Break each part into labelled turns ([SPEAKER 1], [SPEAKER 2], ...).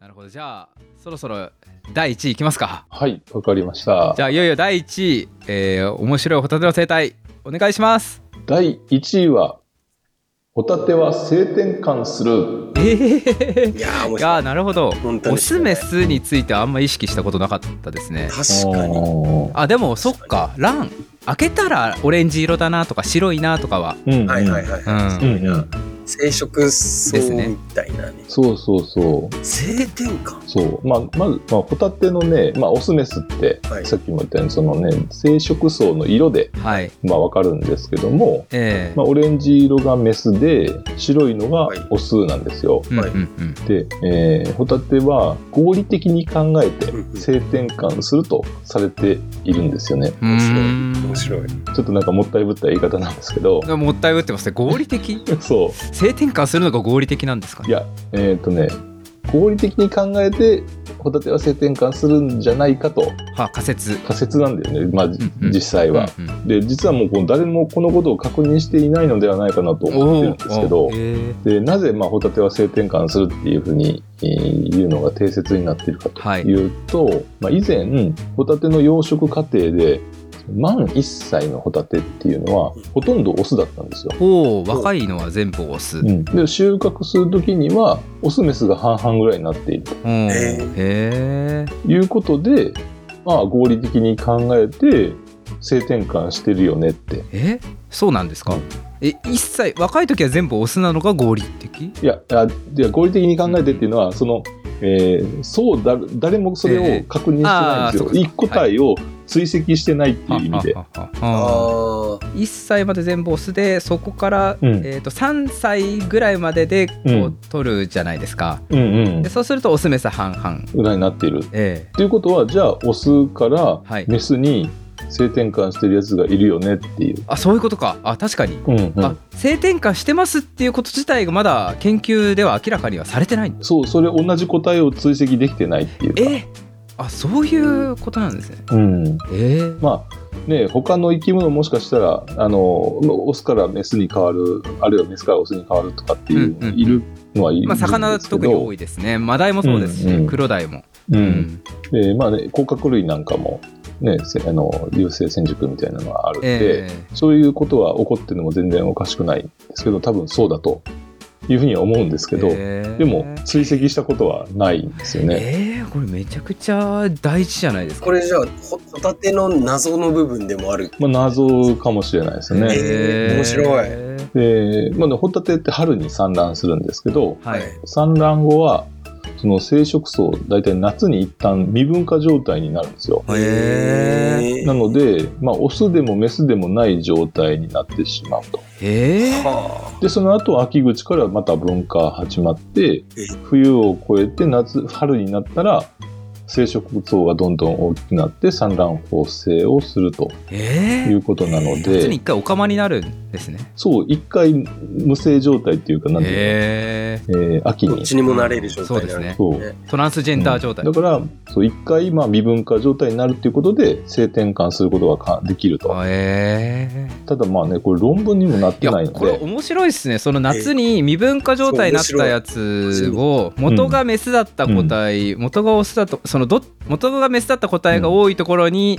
[SPEAKER 1] なるほどじゃあそろそろ第1位いきますか
[SPEAKER 2] はい、わかりました
[SPEAKER 1] じ。ゃあいよいよ第1位、えー面白いホタテの生態お願いします
[SPEAKER 2] 第1位は、ホタテは性転換する。
[SPEAKER 1] えー
[SPEAKER 3] いやー面白
[SPEAKER 1] あー
[SPEAKER 3] い
[SPEAKER 1] なるほど
[SPEAKER 3] 本当に
[SPEAKER 1] オスメスについてはあんま意識したことなかったですね
[SPEAKER 3] 確かに
[SPEAKER 2] おー
[SPEAKER 1] あでもそっかラン開けたらオレンジ色だなとか白いなとかは
[SPEAKER 2] うん
[SPEAKER 3] はいはいは
[SPEAKER 1] うん
[SPEAKER 3] い、そういう
[SPEAKER 2] う
[SPEAKER 3] なん生殖層みたいなね
[SPEAKER 2] そうそうそう。
[SPEAKER 3] 性転換
[SPEAKER 2] そう、まあ、まず、まあ、ホタテのね、まあ、オスメスって、
[SPEAKER 3] はい
[SPEAKER 2] さっきも言ったようにそのね生殖層の色で、
[SPEAKER 1] はい
[SPEAKER 2] まあ、分かるんですけども、
[SPEAKER 1] ええ
[SPEAKER 2] まあ、オレンジ色がメスで白いのが
[SPEAKER 3] はい
[SPEAKER 2] オスなんですよ。
[SPEAKER 1] うんうん
[SPEAKER 3] はい
[SPEAKER 1] うん
[SPEAKER 2] で、えーホタテは合理的に考えて
[SPEAKER 3] うんうん
[SPEAKER 2] 性転換するとされているんですよね。
[SPEAKER 1] う
[SPEAKER 3] 面白い
[SPEAKER 1] ーん
[SPEAKER 3] 面白い
[SPEAKER 2] ちょっとなんかもったいぶった言い方なんですけど、
[SPEAKER 1] もったいぶってますね合理的
[SPEAKER 2] そ
[SPEAKER 1] 性転換するのが合理的なんですか
[SPEAKER 2] う、いや、えっ、とね、合理的に考えてホタテは性転換するんじゃないかと
[SPEAKER 1] は仮説
[SPEAKER 2] 仮説なんだよね、まあ、じ
[SPEAKER 1] うん
[SPEAKER 2] 実際は。
[SPEAKER 1] うんうん
[SPEAKER 2] で実はもうこの誰もこのことを確認していないのではないかなと思ってるんですけど
[SPEAKER 1] おーおーえ
[SPEAKER 2] でなぜまあホタテは性転換するっていうふうにえー言うのが定説になっているか
[SPEAKER 1] は
[SPEAKER 2] と
[SPEAKER 1] い
[SPEAKER 2] いうと、まあ、以前ホタテの養殖過程で満1歳のホタテっていうのはほとんどオスだったんですよ
[SPEAKER 1] ー。おー若いのは全部オス、うん、
[SPEAKER 2] で収穫する時にはオスメスが半々ぐらいになっていると
[SPEAKER 1] へ
[SPEAKER 3] ー
[SPEAKER 1] え
[SPEAKER 2] いうことで、まあ、合理的に考えて性転換してるよねって
[SPEAKER 1] えそうなんですかえ一切若い時は全部オスなのが合理的
[SPEAKER 2] いや、あいや合理的に考えてっていうのは、その、えーそうだ、誰もそれを確認してないん
[SPEAKER 1] え
[SPEAKER 2] です
[SPEAKER 1] ーあーそう
[SPEAKER 2] よ。
[SPEAKER 1] かそう
[SPEAKER 2] 一
[SPEAKER 1] か
[SPEAKER 2] 個体を追跡してないっていう意味で。
[SPEAKER 1] はは
[SPEAKER 3] あ
[SPEAKER 1] はは
[SPEAKER 3] ー
[SPEAKER 1] 1歳まで全部オスでそこから、
[SPEAKER 2] うん
[SPEAKER 1] えー、と3歳ぐらいまででこう、
[SPEAKER 2] うん
[SPEAKER 1] 取るじゃないですか
[SPEAKER 2] うんうん
[SPEAKER 1] で。そうするとオスメス半々
[SPEAKER 2] 裏になっている。
[SPEAKER 1] え
[SPEAKER 2] ということは、じゃあ、オスから
[SPEAKER 1] はい
[SPEAKER 2] メスに性転換してるやつがいるよねっていう
[SPEAKER 1] え。あそういうことかあ確かに、
[SPEAKER 2] うんうん
[SPEAKER 1] あ性転換してますっていうこと自体がまだ研究では明らかにはされてないんです
[SPEAKER 2] そう、それ同じ個体を追跡できてないっていうか。
[SPEAKER 1] ええあそういうことなんですね
[SPEAKER 2] うん。
[SPEAKER 1] ええ
[SPEAKER 2] まあ、ね、他の生き物もしかしたらあのオスからメスに変わるあるいはメスからオスに変わるとかっていう、
[SPEAKER 1] うんうん
[SPEAKER 2] いるのはいるん
[SPEAKER 1] ま
[SPEAKER 2] で
[SPEAKER 1] あ、
[SPEAKER 2] すけど、
[SPEAKER 1] 魚特に多いですねマダイもそうですし、
[SPEAKER 2] うんうん
[SPEAKER 1] クロダイも、
[SPEAKER 2] う
[SPEAKER 1] うん
[SPEAKER 2] でまあね、甲殻類なんかも、ね、せあの流星染熟みたいなのがあるんで、
[SPEAKER 1] ええ
[SPEAKER 2] そういうことは起こってるのも全然おかしくないんですけど多分そうだというふうには思うんですけど、
[SPEAKER 1] ええ
[SPEAKER 2] でも追跡したことはないんですよね。
[SPEAKER 1] ええこれめちゃくちゃ大事じゃないですか
[SPEAKER 3] これじゃあホホタテの謎の部分でもある
[SPEAKER 2] まあ、謎かもしれないです
[SPEAKER 1] え
[SPEAKER 2] ね。
[SPEAKER 1] え
[SPEAKER 3] 面白い
[SPEAKER 2] でまあね、ホタテって春に産卵するんですけど
[SPEAKER 1] はい、
[SPEAKER 2] 産卵後はその生殖層大体夏に一旦未分化状態になるんですよ。
[SPEAKER 1] へえ
[SPEAKER 2] なので、まあ、オスでもメスでもない状態になってしまうと。
[SPEAKER 1] ええ
[SPEAKER 3] は
[SPEAKER 2] でその後秋口からまた分化始まって
[SPEAKER 3] え
[SPEAKER 2] 冬を越えて夏春になったら生殖層がどんどん大きくなって産卵構成をすると
[SPEAKER 1] え
[SPEAKER 2] い
[SPEAKER 1] え
[SPEAKER 2] うことな
[SPEAKER 1] 夏
[SPEAKER 2] の
[SPEAKER 1] に
[SPEAKER 2] で
[SPEAKER 1] 一回お釜になるんですね
[SPEAKER 2] そう一回無性状態っていうかなんていう
[SPEAKER 1] ええ
[SPEAKER 2] の、えー秋
[SPEAKER 3] あどっ
[SPEAKER 2] に
[SPEAKER 3] ちにもなれる状態
[SPEAKER 1] そうですね
[SPEAKER 2] そう
[SPEAKER 3] ね
[SPEAKER 1] トランスジェンダー状態、
[SPEAKER 2] うんだからそう一回まあ未分化状態になるっていうことで性転換することがかできると
[SPEAKER 1] ええ
[SPEAKER 2] ただまあねこれ論文にもなっ
[SPEAKER 1] い
[SPEAKER 2] てない
[SPEAKER 1] や
[SPEAKER 2] の
[SPEAKER 1] これ
[SPEAKER 2] で
[SPEAKER 1] 面白いですねその夏に未分化状態になったやつを元がメスだった個体、元がオスだとそのど元がメスだった個体が多いところに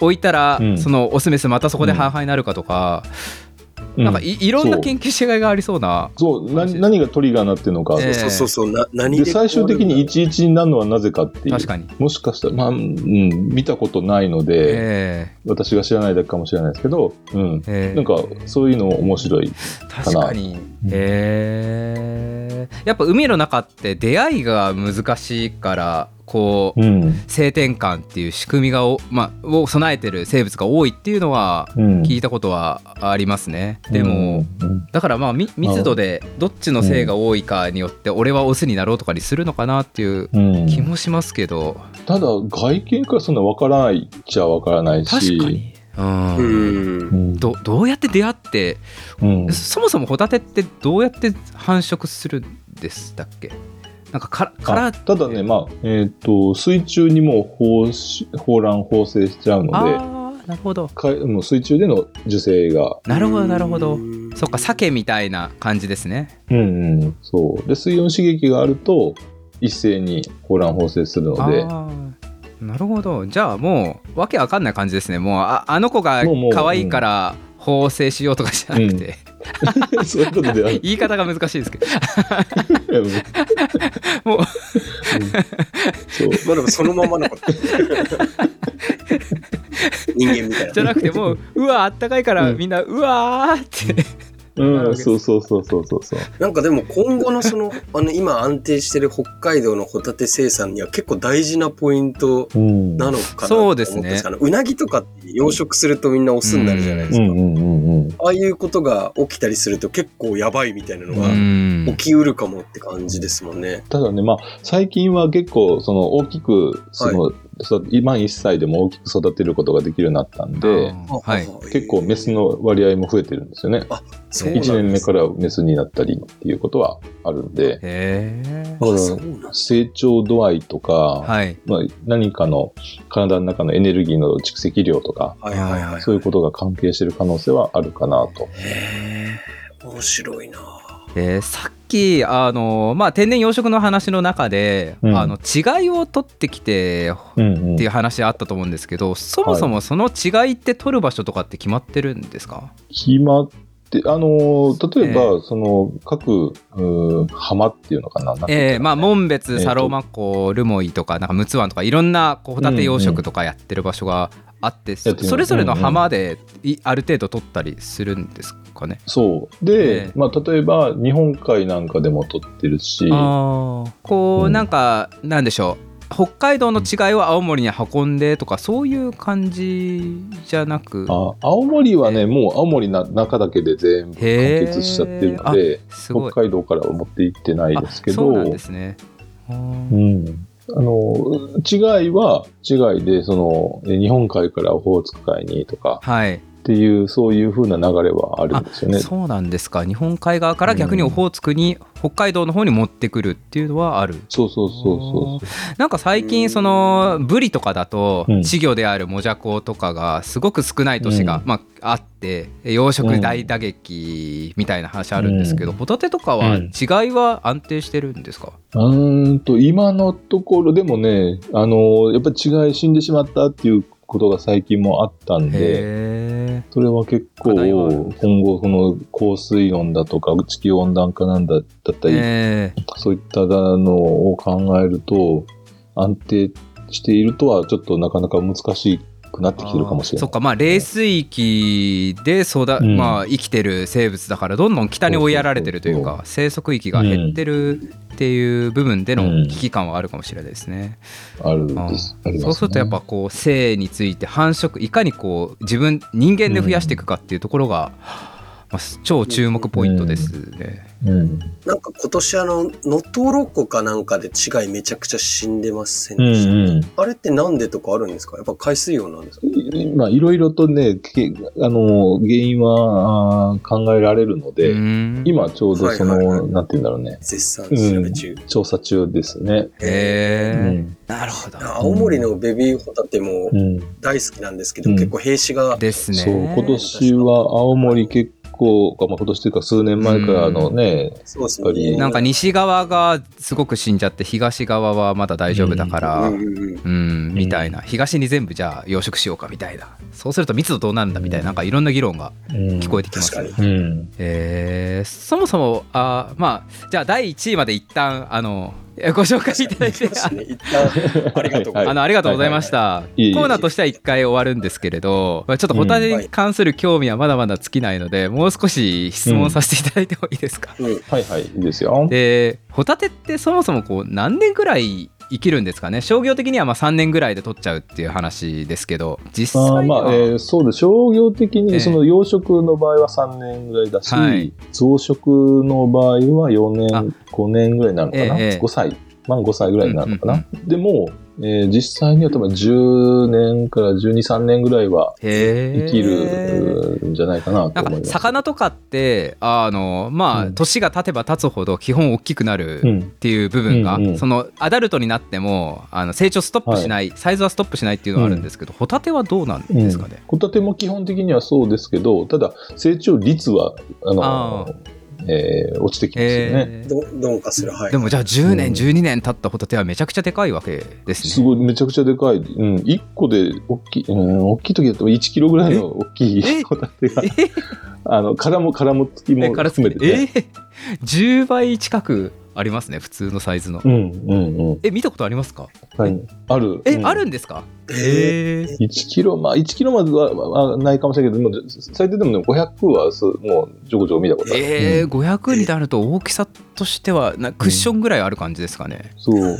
[SPEAKER 1] 置いたら、
[SPEAKER 2] うん
[SPEAKER 1] そのオスメスまたそこで半々になるかとか、
[SPEAKER 2] うん
[SPEAKER 1] なんかいいろんな
[SPEAKER 2] そう
[SPEAKER 1] 研究しがいがありそうな
[SPEAKER 2] そうな何がトリガーになってるのか、
[SPEAKER 1] ええ
[SPEAKER 3] そうそうそうな何
[SPEAKER 2] で
[SPEAKER 3] で
[SPEAKER 2] 最終的に
[SPEAKER 3] 一
[SPEAKER 2] 11になるのはなぜかっていう
[SPEAKER 1] 確かに。
[SPEAKER 2] もしかしたら、まあ、うん、見たことないので、
[SPEAKER 1] え
[SPEAKER 2] 私が知らないだけかもしれないですけど、うん
[SPEAKER 1] え。ええ
[SPEAKER 2] なんか、そういうのも面白い。
[SPEAKER 1] 確かにええやっぱ海の中って出会いが難しいからこう
[SPEAKER 2] うん。
[SPEAKER 1] 性転換っていう仕組みがお、まあ、を備えてる生物が多いっていうのは
[SPEAKER 2] うん。
[SPEAKER 1] 聞いたことはありますね、でも、
[SPEAKER 2] うん、
[SPEAKER 1] だからまあみ密度でどっちの性が多いかによって俺はオスになろうとかにするのかなっていう
[SPEAKER 2] うん
[SPEAKER 1] 気もしますけど、
[SPEAKER 2] ただ、外見からそんなわからないっちゃわからないし。
[SPEAKER 1] 確かに、うん
[SPEAKER 3] うん
[SPEAKER 2] うん。
[SPEAKER 1] どどうやって出会って
[SPEAKER 2] うん
[SPEAKER 1] そもそもホタテってどうやって繁殖するんでしたっけなんかかから
[SPEAKER 2] あただね、まあ、えっ、と、水中にもう放し放卵放生しちゃうので、
[SPEAKER 1] あーなるほど
[SPEAKER 2] かもう水中での受精が、
[SPEAKER 1] なるほどなるほど
[SPEAKER 3] うん
[SPEAKER 1] そっか鮭みたいな感じですね
[SPEAKER 2] うんうん、そう。で、水温刺激があると、一斉に放卵放生するので、
[SPEAKER 1] あーなるほどじゃあもうわけわかんない感じですねもうああの子が
[SPEAKER 2] もうもう
[SPEAKER 1] 可愛いから縫製しようとかじゃなくて、
[SPEAKER 2] そういうことで は
[SPEAKER 1] 言い方が難しいですけどもう
[SPEAKER 2] うんそう
[SPEAKER 3] まあでもそのままの こと。人間みたいな
[SPEAKER 1] じ。ゃなくてもううわあったかいから
[SPEAKER 2] うん
[SPEAKER 1] みんな、うわーって
[SPEAKER 2] うん、そうそうそうそうそうそう。
[SPEAKER 3] なんかでも今後のその、 あの今安定してる北海道のホタテ生産には結構大事なポイント
[SPEAKER 2] うん。
[SPEAKER 3] なのかなと
[SPEAKER 1] そ
[SPEAKER 3] 思
[SPEAKER 1] う
[SPEAKER 3] って
[SPEAKER 1] ですね
[SPEAKER 3] あのうなぎとかって養殖するとみんなオスになるじゃないで
[SPEAKER 2] う
[SPEAKER 3] す
[SPEAKER 2] ん
[SPEAKER 3] か。
[SPEAKER 2] うんうんうん。
[SPEAKER 3] ああいうことが起きたりすると結構やばいみたいなの
[SPEAKER 1] う
[SPEAKER 3] が
[SPEAKER 1] ん
[SPEAKER 3] 起きうるかもって感じですもんね。
[SPEAKER 2] ただね、まあ、最近は結構、その、大きく、その、そ今1歳でも大きく育てることができるようになったんで、
[SPEAKER 1] はい、
[SPEAKER 2] 結構メスの割合も増えてるんですよね。
[SPEAKER 3] そうなんです
[SPEAKER 2] 1年目からメスになったりっていうことはあるんで、
[SPEAKER 1] へえ
[SPEAKER 3] あそうなんだ
[SPEAKER 2] 成長度合いとか、
[SPEAKER 1] はい
[SPEAKER 2] まあ、何かの体の中のエネルギーの蓄積量とか、
[SPEAKER 3] はいはいはい。
[SPEAKER 2] そういうことが関係してる可能性はあるかなと。
[SPEAKER 3] へえ面白いな
[SPEAKER 1] えーさっきあの、まあ、天然養殖の話の中で、
[SPEAKER 2] うん
[SPEAKER 1] あの違いを取ってきて
[SPEAKER 2] うんうん
[SPEAKER 1] っていう話あったと思うんですけどそもそもその違いって取る場所とかって決まってるんですか、
[SPEAKER 2] 決まって、あのー例えば、
[SPEAKER 1] え
[SPEAKER 2] その、各、うー浜っていうのかな。なんていう
[SPEAKER 1] えーまあ紋
[SPEAKER 2] えー
[SPEAKER 1] 別
[SPEAKER 2] と
[SPEAKER 1] サロマ湖留萌とかなんか陸奥湾とかいろんなこうホタテ養殖とかやってる場所があって、そ
[SPEAKER 2] やってます
[SPEAKER 1] それぞれの浜でいある程度取ったりするんですかね、
[SPEAKER 2] そう。で、
[SPEAKER 1] ええ
[SPEAKER 2] まあ、例えば、日本海なんかでも撮ってるし、
[SPEAKER 1] ああこ
[SPEAKER 2] う
[SPEAKER 1] うんなんかなんでしょう北海道の違いを青森に運んでとかそういう感じじゃなく
[SPEAKER 2] あ青森はね、
[SPEAKER 1] ええ
[SPEAKER 2] もう青森な中だけで全部完
[SPEAKER 1] へえ
[SPEAKER 2] 結しちゃってるので、
[SPEAKER 1] すご
[SPEAKER 2] 北
[SPEAKER 1] い
[SPEAKER 2] 海道からは持って行ってないですけ
[SPEAKER 1] あそう
[SPEAKER 2] ど、
[SPEAKER 1] なんですねあー
[SPEAKER 2] うんあの違いは違いでそのえ日本海からオホーツク海にとか
[SPEAKER 1] はい
[SPEAKER 2] っていうそういう風な流れはあるんですよね。
[SPEAKER 1] そうなんですか日本海側から逆にオホーツクに、北海道の方に持ってくるっていうのはある
[SPEAKER 2] そうそうそうそう
[SPEAKER 1] なんか最近そのブリとかだと
[SPEAKER 2] うん
[SPEAKER 1] 稚魚であるモジャコとかがすごく少ない年が、
[SPEAKER 2] うん
[SPEAKER 1] まあ、あって養殖大打撃みたいな話あるんですけど、ホタテとかは
[SPEAKER 2] うん
[SPEAKER 1] 違いは安定してるんですか、
[SPEAKER 2] うーんと今のところでもねあのやっぱり違い死んでしまったっていうことが最近もあったんで
[SPEAKER 1] へ
[SPEAKER 2] それは結構
[SPEAKER 1] 課題はある
[SPEAKER 2] 今後その降水温だとか地球温暖化なんだだった
[SPEAKER 1] え
[SPEAKER 2] り、
[SPEAKER 1] え
[SPEAKER 2] そういったのを考えると、安定しているとは、ちょっとなかなか難しくなってきてるかもしれ
[SPEAKER 1] そ
[SPEAKER 2] な
[SPEAKER 1] っ
[SPEAKER 2] い。
[SPEAKER 1] かまあ冷水域で育、
[SPEAKER 2] うん
[SPEAKER 1] まあ、生きてる生物だからどんどん北に追いやられてるというか生息域が減ってるっていう部分で
[SPEAKER 2] うん
[SPEAKER 1] の危機感はあるかもしれないですね。
[SPEAKER 2] あるです。ありますね
[SPEAKER 1] そうするとやっぱ、こう性について繁殖いかにこう自分人間で増やしていくかっていうところが、まあ、超注目ポイントですね。
[SPEAKER 2] うん。
[SPEAKER 3] なんか今年あの能登ロコかなんかで違いめちゃくちゃ死んでません
[SPEAKER 2] う
[SPEAKER 3] でした、
[SPEAKER 2] ん
[SPEAKER 3] あれってなんでとかあるんですかやっぱ海水温なんですか
[SPEAKER 2] うん。まあ、いろいろとね、けあの、原因はあー考えられるので、
[SPEAKER 1] うん
[SPEAKER 2] 今ちょうどそ
[SPEAKER 3] はいはいは
[SPEAKER 2] の、
[SPEAKER 3] い
[SPEAKER 2] なんて言うんだろうね、
[SPEAKER 3] 絶賛調べ中、
[SPEAKER 2] 調査中ですね。う
[SPEAKER 1] へえ
[SPEAKER 2] ん。
[SPEAKER 1] なるほど
[SPEAKER 3] 青森のベビーホタテも
[SPEAKER 2] うん。
[SPEAKER 3] 大好きなんですけど、
[SPEAKER 2] うん
[SPEAKER 3] 結構兵士が
[SPEAKER 1] ですね。
[SPEAKER 2] そう、今年は青森結構、まあ、今年というか数年前からのね、
[SPEAKER 3] そうです
[SPEAKER 2] やっぱり
[SPEAKER 3] ね
[SPEAKER 1] なんか西側がすごく死んじゃって東側はまだ大丈夫だから、
[SPEAKER 3] う
[SPEAKER 1] うん
[SPEAKER 3] んうんうん
[SPEAKER 1] うんみたいな東に全部じゃあ養殖しようかみたいなそうすると密度どうなるんだみたいななんかいろんな議論が聞こえ
[SPEAKER 2] え
[SPEAKER 1] てきますよね
[SPEAKER 3] 確
[SPEAKER 2] うん。
[SPEAKER 1] えーそもそもあーまあじゃあ第1位まで一旦あのえご紹介いただいて
[SPEAKER 3] そうですね一旦あ りがとうござい
[SPEAKER 1] あ
[SPEAKER 3] ま
[SPEAKER 1] のありがとうございました、
[SPEAKER 2] いえいえ
[SPEAKER 1] コーナーとしては1回終わるんですけれど、まあ、ちょっとホタテに関する興味はまだまだ尽きないので、もう少し質問させていただいてもいいですか、
[SPEAKER 3] す、うん
[SPEAKER 2] はいはい、いいですよ。
[SPEAKER 1] でホタテってそもそもこう何年ぐらい生きるんですかね商業的にはまあ3年ぐらいで取っちゃうっていう話ですけど実
[SPEAKER 2] あ
[SPEAKER 1] 際
[SPEAKER 2] ー
[SPEAKER 1] には
[SPEAKER 2] まあえーそうです商業的
[SPEAKER 1] ええ
[SPEAKER 2] にその養殖の場合は3年ぐらいだし、
[SPEAKER 1] はい
[SPEAKER 2] 増殖の場合は4
[SPEAKER 1] あ
[SPEAKER 2] 年5年ぐらいになるのかな、
[SPEAKER 1] ええええ
[SPEAKER 2] 5歳満5歳ぐらいになるのか
[SPEAKER 1] う
[SPEAKER 2] な、
[SPEAKER 1] ん
[SPEAKER 2] でも、えー実際には多分10年から123年ぐらいは
[SPEAKER 1] へー
[SPEAKER 2] 生きるんじゃないかなと
[SPEAKER 1] なん
[SPEAKER 2] 思
[SPEAKER 1] か
[SPEAKER 2] います。
[SPEAKER 1] 魚とかってあのま
[SPEAKER 2] う
[SPEAKER 1] あ
[SPEAKER 2] ん
[SPEAKER 1] 年が経てば経つほど基本大きくなる
[SPEAKER 2] うん
[SPEAKER 1] っていう部分が、
[SPEAKER 2] うんうん
[SPEAKER 1] そのアダルトになってもあの成長ストップしない、サイズはストップしないっていうのはあるんですけど、ホタテはどうなんですかね、
[SPEAKER 2] ホタテも基本的にはそうですけどただ成長率はあの
[SPEAKER 1] あ
[SPEAKER 2] えー落ちてきますよね。
[SPEAKER 1] えー
[SPEAKER 3] ど鈍化する。はい。
[SPEAKER 1] でもじゃあ10年、
[SPEAKER 2] うん
[SPEAKER 1] 12年経ったホタテはめちゃくちゃでかいわけですね。
[SPEAKER 2] すごい、めちゃくちゃでかい。うん、1個で大きい、うん、大きい時だと1キロぐらいの大き
[SPEAKER 1] え
[SPEAKER 2] いホタテが、
[SPEAKER 1] え
[SPEAKER 2] あの、殻も殻も付き
[SPEAKER 1] え
[SPEAKER 2] も
[SPEAKER 1] から
[SPEAKER 2] 含めて、ね。
[SPEAKER 1] えー、10倍近くありますね普通のサイズの。
[SPEAKER 2] うんうんうん。
[SPEAKER 1] え見たことありますか
[SPEAKER 2] はい、ある。
[SPEAKER 1] え、
[SPEAKER 2] うん
[SPEAKER 1] あるんですか
[SPEAKER 3] え
[SPEAKER 1] へえ
[SPEAKER 2] 1キロ、まあ、1キロまではまあないかもしれないけど、もう最低でも、ね、500はそうもうちょこちょこ見たことある。
[SPEAKER 1] えー、
[SPEAKER 2] うん
[SPEAKER 1] 500になると大きさとしてはなクッションぐらいある感じですかね。
[SPEAKER 2] そう。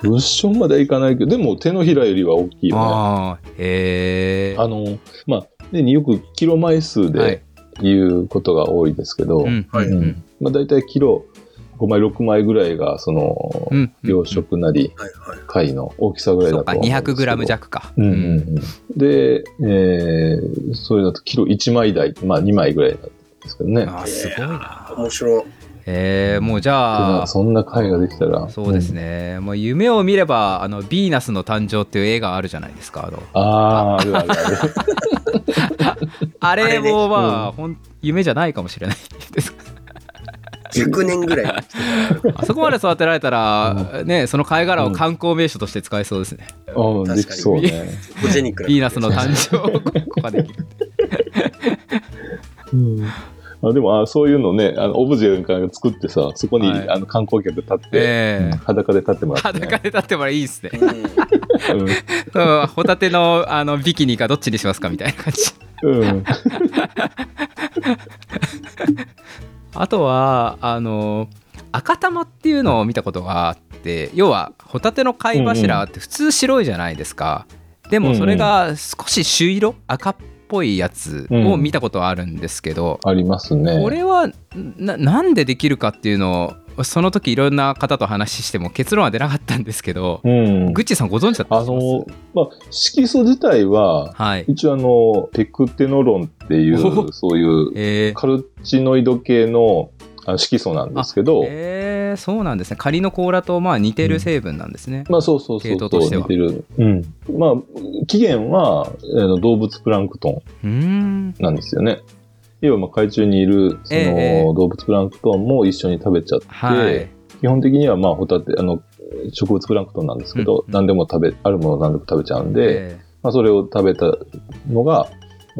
[SPEAKER 2] クッションまではいかないけど、でも手のひらよりは大きいよね。
[SPEAKER 1] ああへえ
[SPEAKER 2] あの、まあ、ね、よくキロ枚数
[SPEAKER 1] は
[SPEAKER 2] で
[SPEAKER 1] い
[SPEAKER 2] 言うことが多いですけど、
[SPEAKER 1] うん
[SPEAKER 3] はい
[SPEAKER 1] うんうん
[SPEAKER 2] まあ、大体キロ5枚、6枚ぐらいが、その、
[SPEAKER 1] うんうん
[SPEAKER 2] 養殖なり
[SPEAKER 3] はいはい。
[SPEAKER 2] 貝の大きさぐらい
[SPEAKER 1] そ
[SPEAKER 2] だ
[SPEAKER 1] うか
[SPEAKER 2] と思うんですけど。
[SPEAKER 1] 200g 弱か。
[SPEAKER 2] うんうんうんで、えー、それだとキロ1枚台、まあ2枚ぐらいなんですけどね。
[SPEAKER 1] あーすごいな。
[SPEAKER 3] 面白い。
[SPEAKER 1] えー、もうじゃあ
[SPEAKER 2] そんな貝ができたら。
[SPEAKER 1] そうです
[SPEAKER 2] ん。
[SPEAKER 1] ね、もう夢を見ればあの「ヴィーナスの誕生」っていう映画あるじゃないですかあの
[SPEAKER 2] ああ、あるあ るある。
[SPEAKER 1] あれもまあ、
[SPEAKER 2] う
[SPEAKER 1] ほん夢じゃないかもしれないですけど
[SPEAKER 3] 100年ぐ らい。
[SPEAKER 1] あそこまで育てられたら、ね、その貝殻を観光名所として使えそうですね
[SPEAKER 2] うん、できそう ね。
[SPEAKER 3] フォジェニック
[SPEAKER 1] ヴ
[SPEAKER 3] な
[SPEAKER 1] ィーナスの誕生をここができ る
[SPEAKER 2] あでもあ、そういうのね、あのオブジェなんか作ってさ、そこに、
[SPEAKER 1] はい
[SPEAKER 2] あの観光客立って、
[SPEAKER 1] ええ
[SPEAKER 2] 裸で立ってもらって、
[SPEAKER 1] 裸
[SPEAKER 2] ね。
[SPEAKER 1] で立ってもらいいですね
[SPEAKER 3] うん
[SPEAKER 1] うんホタテのあのビキニかどっちにしますかみたいな感じ
[SPEAKER 2] うん。うん。
[SPEAKER 1] あとはあの赤玉っていうのを見たことがあって要はホタテの貝柱って普通白いじゃないですか、でもそれが少し朱色赤っぽいやつを見たことはあるんですけど、
[SPEAKER 2] ありますね。
[SPEAKER 1] これはななんでできるかっていうのをその時いろんな方と話しても結論は出なかったんですけど、
[SPEAKER 2] うん
[SPEAKER 1] グ。ッチさんご存知だった
[SPEAKER 2] あ
[SPEAKER 1] んです
[SPEAKER 2] の、まあ、色素自体は、
[SPEAKER 1] はい
[SPEAKER 2] 一応あの、ペクテノロンってい
[SPEAKER 1] お
[SPEAKER 2] う、そういう
[SPEAKER 1] えー
[SPEAKER 2] カルチノイド系のあの色素なんですけど、
[SPEAKER 1] えーそうなんですね仮の甲羅とまあ似てる成分なんですね、
[SPEAKER 2] まあそうそうそ
[SPEAKER 1] 系
[SPEAKER 2] う
[SPEAKER 1] 統と
[SPEAKER 2] そう
[SPEAKER 1] しては
[SPEAKER 2] 似てる、うん、まあ起源はあの動物プランクト
[SPEAKER 1] うーん
[SPEAKER 2] ンなんですよね要はまあ海中にいるそ
[SPEAKER 1] ええええ
[SPEAKER 2] の動物プランクトンも一緒に食べちゃって、
[SPEAKER 1] はい
[SPEAKER 2] 基本的にはまあホタテあの植物プランクトンなんですけど、
[SPEAKER 1] うん
[SPEAKER 2] 何でも食べあるもの何でも食べちゃうんで、
[SPEAKER 1] えー
[SPEAKER 2] まあ、それを食べたのが、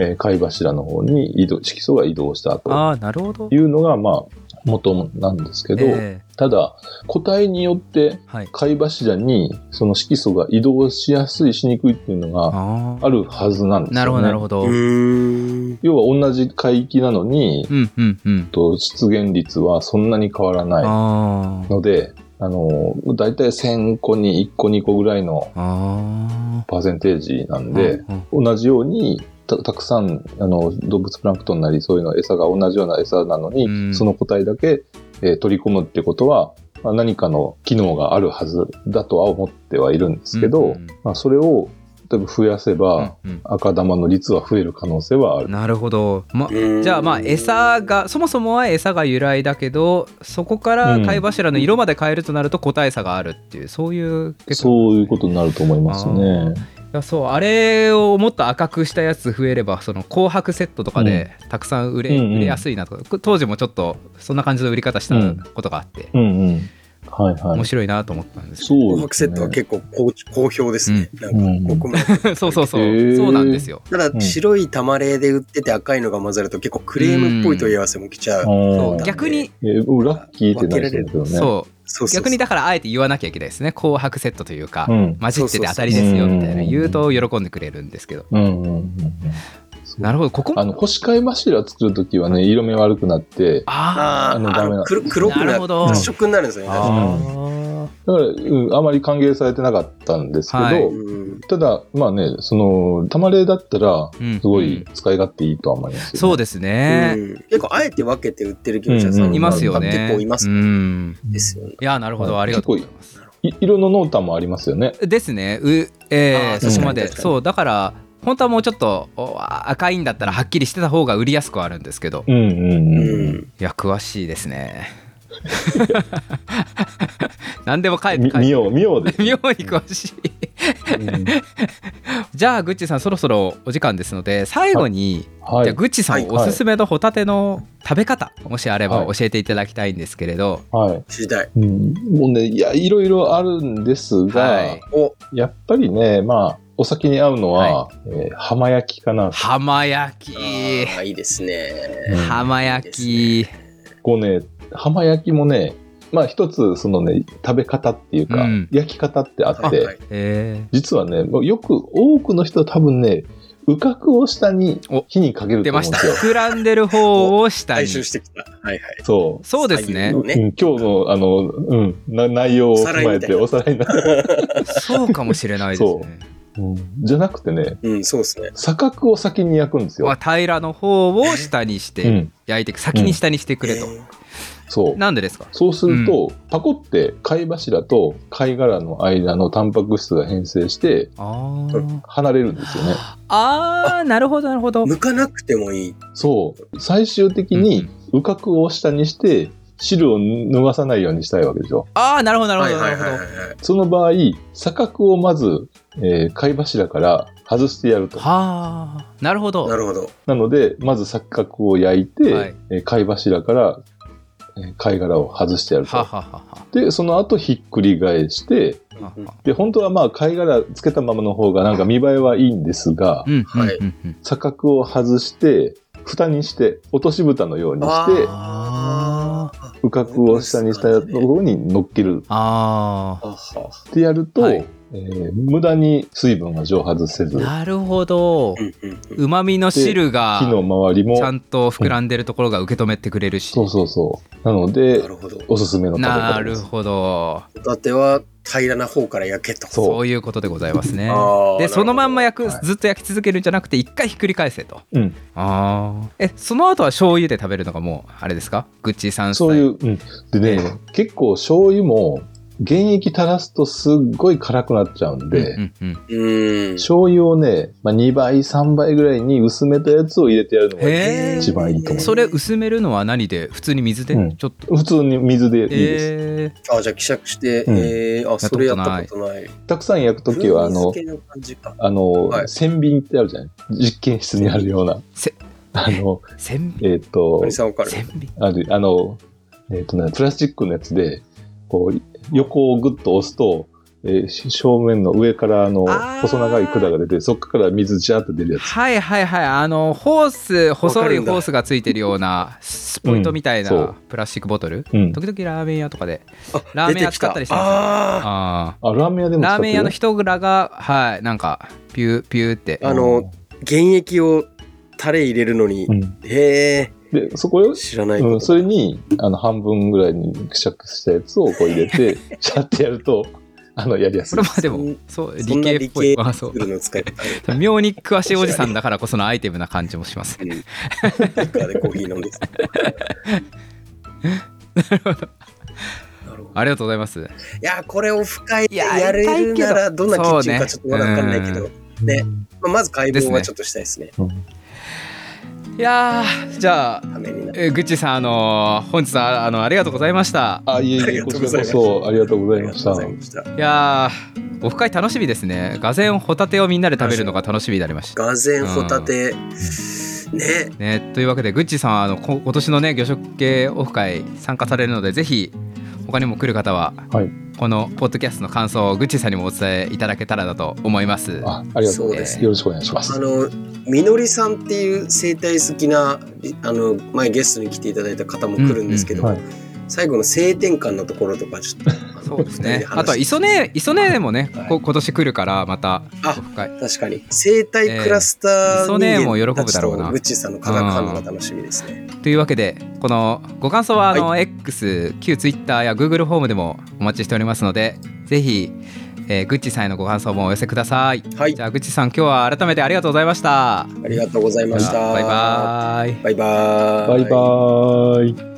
[SPEAKER 2] えー貝柱の方に移動色素が移動したと
[SPEAKER 1] ああなるほど
[SPEAKER 2] いうのがまあ元なんですけど、
[SPEAKER 1] え
[SPEAKER 2] ただ個体によって
[SPEAKER 1] ーはい
[SPEAKER 2] 貝柱にその色素が移動しやすいしにくいっていうのが
[SPEAKER 1] あ
[SPEAKER 2] あるはずなんですよ、ね。
[SPEAKER 1] なるほどなるほど、
[SPEAKER 3] うーん。
[SPEAKER 2] 要は同じ海域なのに、
[SPEAKER 1] うんうんうん
[SPEAKER 2] と出現率はそんなに変わらな
[SPEAKER 1] あ
[SPEAKER 2] いので、あの、だいたい1000個に1個2個ぐらいの
[SPEAKER 1] ああ
[SPEAKER 2] パーセンテージなん
[SPEAKER 1] あ
[SPEAKER 2] で、
[SPEAKER 1] うんうん
[SPEAKER 2] 同じようにたたくさんあの動物プランクトンなりそういうの餌が同じような餌なのに、
[SPEAKER 1] うん
[SPEAKER 2] その個体だけ、えー取り込むってことは、まあ何かの機能があるはずだとは思ってはいるんですけ
[SPEAKER 1] う
[SPEAKER 2] ど、
[SPEAKER 1] ん
[SPEAKER 2] まあ、それを例えば増やせば、
[SPEAKER 1] うん
[SPEAKER 2] 赤玉の率は増える可能性はあ
[SPEAKER 1] うん
[SPEAKER 2] る。
[SPEAKER 1] なるほどま
[SPEAKER 3] うん
[SPEAKER 1] じゃあまあ餌がそもそもは餌が由来だけどそこから貝柱の色まで変えるとなると個体差があるっていうそういう結果
[SPEAKER 2] そういうことになると思いますね。
[SPEAKER 1] いやそうあれをもっと赤くしたやつ増えればその紅白セットとかでたくさん売れ,、
[SPEAKER 2] うんうん
[SPEAKER 1] 売れやすいなとか当時もちょっとそんな感じの売り方し
[SPEAKER 2] う
[SPEAKER 1] た
[SPEAKER 2] ん
[SPEAKER 1] ことがあって、
[SPEAKER 2] うんうん。はいはい
[SPEAKER 1] 面。白いなと思ったんですけど
[SPEAKER 2] そう
[SPEAKER 3] 紅白セットは
[SPEAKER 2] ですね
[SPEAKER 3] 結構好好評ですね。なんか僕も。
[SPEAKER 1] そうそうそう、
[SPEAKER 2] へー
[SPEAKER 1] そうなんですよ。
[SPEAKER 3] ただ、
[SPEAKER 2] ん
[SPEAKER 3] 白い玉霊で売ってて赤いのが混ざると結構クレームっぽい問い合わせも来ちゃう。
[SPEAKER 1] そ
[SPEAKER 2] あ
[SPEAKER 1] う
[SPEAKER 2] ー
[SPEAKER 1] 逆に、
[SPEAKER 2] えー僕ラッキーってなりそうだけど
[SPEAKER 1] そう
[SPEAKER 2] ね。
[SPEAKER 3] そうそうそう
[SPEAKER 1] 逆にだからあえて言わなきゃいけないですね紅白セットというか、
[SPEAKER 2] うん。
[SPEAKER 1] 混じってて当たりですよみたいな
[SPEAKER 2] うん
[SPEAKER 1] 言うと喜んでくれるんですけど、
[SPEAKER 2] うんうんうんうん。そう
[SPEAKER 1] なるほどここも
[SPEAKER 2] あの、腰飼い柱作るときはね、色目悪くなって、
[SPEAKER 1] あ
[SPEAKER 3] あー
[SPEAKER 2] あのダメな
[SPEAKER 3] あの黒黒く
[SPEAKER 1] な
[SPEAKER 3] な
[SPEAKER 1] る
[SPEAKER 3] る
[SPEAKER 1] ほど
[SPEAKER 3] 脱色になるんですよね。確かに
[SPEAKER 1] あ
[SPEAKER 2] だから、うん、あまり歓迎されてなかったんですけど、
[SPEAKER 1] はい
[SPEAKER 3] うん
[SPEAKER 2] ただ、まあね、その、玉霊だったら、
[SPEAKER 1] うん
[SPEAKER 2] すごい使い勝手いいとは思います、ね
[SPEAKER 1] そうですね、
[SPEAKER 3] うん結構あえて分けて売ってる業者さん
[SPEAKER 2] うん
[SPEAKER 1] いますよね
[SPEAKER 3] 結構います
[SPEAKER 1] う
[SPEAKER 3] ね
[SPEAKER 1] ん
[SPEAKER 3] ですよね。
[SPEAKER 1] いやなるほど、
[SPEAKER 2] はい
[SPEAKER 1] ありがとうございます
[SPEAKER 2] い色の濃淡もありますよね。
[SPEAKER 1] ですねうえ
[SPEAKER 3] あー
[SPEAKER 1] ー
[SPEAKER 3] 確かに
[SPEAKER 1] そこまで
[SPEAKER 3] 確かに
[SPEAKER 1] そうだから本当はもうちょっとお赤いんだったらはっきりしてた方が売りやすくはあるんですけど
[SPEAKER 2] うんうん
[SPEAKER 3] う
[SPEAKER 2] うん。
[SPEAKER 3] ん。
[SPEAKER 1] いや詳しいですね 何でも書いて
[SPEAKER 2] み
[SPEAKER 1] 書いて
[SPEAKER 2] 見よう、見ようです。
[SPEAKER 1] 妙に詳しいじゃあグッチさんそろそろお時間ですので最後に、
[SPEAKER 2] は
[SPEAKER 1] じゃあ
[SPEAKER 2] い。
[SPEAKER 1] グッチさん
[SPEAKER 3] はい
[SPEAKER 1] おすすめのホタテの食べ方、もしあれば
[SPEAKER 2] はい
[SPEAKER 1] 教えていただきたいんですけれど、
[SPEAKER 2] はい。
[SPEAKER 3] 知りたい。
[SPEAKER 2] うん、もうね、いや、いろいろあるんですが、
[SPEAKER 1] はい
[SPEAKER 3] お、
[SPEAKER 2] やっぱりね、まあ、お酒に合うのは、えー浜焼きかな。
[SPEAKER 1] 浜焼
[SPEAKER 3] あ
[SPEAKER 1] き
[SPEAKER 3] ーいいですね。
[SPEAKER 2] うん
[SPEAKER 1] 浜焼き、
[SPEAKER 2] こうね、浜焼きもね、まあ一つ、そのね、食べ方っていうか、
[SPEAKER 1] うん
[SPEAKER 2] 焼き方ってあ
[SPEAKER 3] は
[SPEAKER 2] っ
[SPEAKER 3] い
[SPEAKER 2] て、
[SPEAKER 3] はい
[SPEAKER 1] え
[SPEAKER 2] 実はね、もうよく多くの人は多分ね、うかくを下に
[SPEAKER 1] お
[SPEAKER 2] 火にかける
[SPEAKER 1] ー、
[SPEAKER 2] と
[SPEAKER 1] 出ま
[SPEAKER 2] 思うん
[SPEAKER 1] し
[SPEAKER 2] で
[SPEAKER 1] た
[SPEAKER 2] すよ。
[SPEAKER 1] 膨らんでる方を下
[SPEAKER 3] 回
[SPEAKER 1] に
[SPEAKER 3] 収してきた。はいはい。
[SPEAKER 2] そう。
[SPEAKER 1] そうですね
[SPEAKER 3] 左右
[SPEAKER 2] うん、今日の、あの、うん、な内容を踏まえてお
[SPEAKER 3] お
[SPEAKER 2] さらいになる。
[SPEAKER 1] そうかもしれないです ね
[SPEAKER 2] うんじゃなくてね、
[SPEAKER 3] うん、そうですね。
[SPEAKER 2] 錯覚を先に焼くんです
[SPEAKER 1] まあ
[SPEAKER 2] よ。
[SPEAKER 1] 平らの方を下にし
[SPEAKER 2] う
[SPEAKER 1] て
[SPEAKER 2] ん、
[SPEAKER 1] 焼いて先に下にしてくれと、
[SPEAKER 3] えー
[SPEAKER 2] そう。
[SPEAKER 1] なんでですか
[SPEAKER 2] そうすると、パコって貝柱と貝殻の間のタンパク質が変成して
[SPEAKER 1] あー
[SPEAKER 3] うん
[SPEAKER 2] 離れるんですよね。
[SPEAKER 1] あーなるほどなるほど
[SPEAKER 3] 剥かなくてもいい。
[SPEAKER 2] そう。最終的に、うかくを下にして、汁を逃さないようにしたいわけでしょ。
[SPEAKER 1] ああなるほどなる
[SPEAKER 3] は
[SPEAKER 1] ほ
[SPEAKER 3] い
[SPEAKER 1] ど
[SPEAKER 3] は
[SPEAKER 1] ないるほ
[SPEAKER 3] はい
[SPEAKER 1] ど
[SPEAKER 3] はい。
[SPEAKER 2] その場合、錯覚をまず、えー貝柱から外してやると。
[SPEAKER 1] はあなるほど
[SPEAKER 3] なるほど。
[SPEAKER 2] なので、まず錯覚を焼いて、
[SPEAKER 1] はい
[SPEAKER 2] えー貝柱から、えー貝殻を外してやる
[SPEAKER 1] はあ
[SPEAKER 2] と。
[SPEAKER 1] はあはあは
[SPEAKER 2] で、その後ひっくり返して、
[SPEAKER 1] あはあはあ
[SPEAKER 2] で、本当はまあ貝殻つけたままの方がなんか見栄えはいいんですが
[SPEAKER 1] う、んうん
[SPEAKER 3] はい
[SPEAKER 1] うんうん
[SPEAKER 2] 錯覚を外して、蓋にして、落とし蓋のようにして、
[SPEAKER 1] あー
[SPEAKER 2] うかくを下にしたところに乗っける
[SPEAKER 1] あ
[SPEAKER 3] あは
[SPEAKER 2] ってやると、
[SPEAKER 1] はい
[SPEAKER 2] えー無駄に水分が蒸発せ
[SPEAKER 1] ー
[SPEAKER 2] ず、
[SPEAKER 1] なるほど
[SPEAKER 3] うんうんうん
[SPEAKER 1] うまみの汁が
[SPEAKER 2] 火の周りも
[SPEAKER 1] ちゃ、んと膨らんでるところが受け止めてくれるし
[SPEAKER 2] そうそうそう。なので
[SPEAKER 3] な、るほど。
[SPEAKER 2] おすすめの食べ
[SPEAKER 1] な
[SPEAKER 2] 方で
[SPEAKER 1] る
[SPEAKER 2] す。
[SPEAKER 1] ほど
[SPEAKER 3] ホタテは平らな方から焼けと。
[SPEAKER 2] そう
[SPEAKER 1] そういうことでございますね
[SPEAKER 3] あー
[SPEAKER 1] でそのまんま焼く
[SPEAKER 2] はい
[SPEAKER 1] ずっと焼き続けるんじゃなくて一回ひっくり返せと
[SPEAKER 2] うん、
[SPEAKER 1] ああえその後は醤油で食べるのがもうあれですかグッチーさんスタイ
[SPEAKER 2] そう
[SPEAKER 1] ル
[SPEAKER 2] いう、うん。でね、結構醤油も原液垂らすとすっごい辛くなっちゃうんで、
[SPEAKER 1] うんうんうん
[SPEAKER 3] うーん。
[SPEAKER 2] 醤油をね、まあ、2倍、3倍ぐらいに薄めたやつを入れてやるのが
[SPEAKER 1] へー
[SPEAKER 2] 一番いいと思います
[SPEAKER 1] それ薄めるのは何で普通に水で、
[SPEAKER 2] うん
[SPEAKER 1] ちょっと
[SPEAKER 2] 普通に水でいいです。
[SPEAKER 1] え
[SPEAKER 3] あ、じゃあ希釈して、
[SPEAKER 2] うん
[SPEAKER 3] えー、あ、それやったことない。
[SPEAKER 2] たくさん焼くときは、あの
[SPEAKER 3] 風味、付けの感じか
[SPEAKER 2] あの、
[SPEAKER 3] はい
[SPEAKER 2] 千瓶ってあるじゃない実験室にあるような
[SPEAKER 1] せ。
[SPEAKER 2] あの、
[SPEAKER 1] ー、せんべい
[SPEAKER 2] えっ、と
[SPEAKER 3] カニ、さんわかる
[SPEAKER 1] せんべい
[SPEAKER 2] ある、あの、えっ、とね、プラスチックのやつで、こう、横をグッと押すと、えーし正面の上からあの
[SPEAKER 1] あー
[SPEAKER 2] 細長い管が出てそこから水ジャーって出るやつ
[SPEAKER 1] はいはいはいあのホース細い
[SPEAKER 3] わかるんだ
[SPEAKER 1] ホースがついてるようなスポイトみたい
[SPEAKER 2] うんそ
[SPEAKER 1] な
[SPEAKER 2] う
[SPEAKER 1] プラスチックボトル、
[SPEAKER 2] うん
[SPEAKER 1] 時々ラーメン屋とかで
[SPEAKER 3] あ
[SPEAKER 1] ラーメン
[SPEAKER 3] 出
[SPEAKER 1] 屋
[SPEAKER 3] てきた
[SPEAKER 1] 使ったりしてます
[SPEAKER 3] あ
[SPEAKER 1] あ
[SPEAKER 2] あラーメン屋で
[SPEAKER 1] ー
[SPEAKER 2] も使
[SPEAKER 1] ラ
[SPEAKER 2] っ
[SPEAKER 1] ーメン
[SPEAKER 2] て
[SPEAKER 1] 屋の
[SPEAKER 2] る
[SPEAKER 1] 人らがはいなんかピューピューって
[SPEAKER 3] あのー原液をタレ入れるのに、
[SPEAKER 2] うん
[SPEAKER 3] へ
[SPEAKER 2] でそこよ
[SPEAKER 3] え、知らない
[SPEAKER 2] うん、
[SPEAKER 3] こと。
[SPEAKER 2] それにあの半分ぐらいにくしゃくしたやつをこう 入れてシャッてやるとあのやりやす
[SPEAKER 1] そ
[SPEAKER 2] い
[SPEAKER 1] れまあでもそう
[SPEAKER 3] そ
[SPEAKER 1] 理
[SPEAKER 3] んな
[SPEAKER 1] 系っ
[SPEAKER 3] 理
[SPEAKER 1] ぽい
[SPEAKER 3] 系
[SPEAKER 1] あそう
[SPEAKER 3] 作るの使い方ある。
[SPEAKER 1] 妙に詳しいおじさんだからこそのアイテムな感じもします
[SPEAKER 3] うん。ビッカーでコーヒー飲んでた。なるほど。
[SPEAKER 1] ありがとうございます
[SPEAKER 3] いや、これオフ会
[SPEAKER 1] い
[SPEAKER 3] で
[SPEAKER 1] や
[SPEAKER 3] やれるな
[SPEAKER 1] や
[SPEAKER 3] ら、どんなキッチンかちょっとまだわかんないけ
[SPEAKER 1] そう
[SPEAKER 3] ど、
[SPEAKER 1] ね
[SPEAKER 3] ねまあまず解
[SPEAKER 1] です
[SPEAKER 3] 剖
[SPEAKER 1] ね
[SPEAKER 3] はちょっとしたいですね。
[SPEAKER 1] いやーじゃあ
[SPEAKER 3] ためになる。
[SPEAKER 1] えーグッチさんあのー本日はあのありがとうございました
[SPEAKER 2] あいえい
[SPEAKER 3] あり
[SPEAKER 2] え
[SPEAKER 3] が
[SPEAKER 2] こと
[SPEAKER 3] う
[SPEAKER 2] ち
[SPEAKER 3] ご
[SPEAKER 2] ら
[SPEAKER 3] ざい
[SPEAKER 2] こ
[SPEAKER 3] ます
[SPEAKER 2] そありがとうござい
[SPEAKER 3] あ
[SPEAKER 2] ま
[SPEAKER 3] りがと
[SPEAKER 2] し
[SPEAKER 3] う
[SPEAKER 2] た
[SPEAKER 3] ございました。
[SPEAKER 1] いやーオフ会楽しみですねがぜんホタテをみんなで食べるのが楽しみになりました
[SPEAKER 3] ガゼンホタテ、ね、
[SPEAKER 1] ね、というわけでグッチさんあのこ今年のね魚食系オフ会参加されるのでぜひ他にも来る方は、
[SPEAKER 2] はい
[SPEAKER 1] このポッドキャストの感想をグッチさんにもお伝えいただけたらなと思います。
[SPEAKER 2] あありがとうございま
[SPEAKER 3] そうですす
[SPEAKER 2] よろしくお願いしま
[SPEAKER 3] あ
[SPEAKER 2] す
[SPEAKER 3] のみのりさんっていう生態好きなあの前ゲストに来ていただいた方も来るんですけど、
[SPEAKER 2] うんうんうん
[SPEAKER 3] 最後の性転換のところとかちょっとあの
[SPEAKER 1] そうです
[SPEAKER 3] 二人
[SPEAKER 1] ね。
[SPEAKER 3] 話して
[SPEAKER 1] あとは磯根磯根もね、
[SPEAKER 3] はい
[SPEAKER 1] こ今年来るからまたオ
[SPEAKER 3] あ
[SPEAKER 1] フ会。
[SPEAKER 3] 確かに生態クラスター人
[SPEAKER 1] ええ
[SPEAKER 3] 間
[SPEAKER 1] そうねもう喜
[SPEAKER 3] た
[SPEAKER 1] ぶ
[SPEAKER 3] ち
[SPEAKER 1] だろ
[SPEAKER 3] と
[SPEAKER 1] うな
[SPEAKER 3] グッチさんの化学反応が楽しみですね。
[SPEAKER 1] というわけでこのご感想はあの、X 旧 Twitter や Google フォームでもお待ちしておりますのでぜひ、えーグッチさんへのご感想もお寄せください。
[SPEAKER 3] はい
[SPEAKER 1] じ、ゃあグッチさん今日は改めてありがとうございました。
[SPEAKER 3] ありがとうございました。
[SPEAKER 1] バイバイ。
[SPEAKER 3] バイバ
[SPEAKER 2] バイバーイ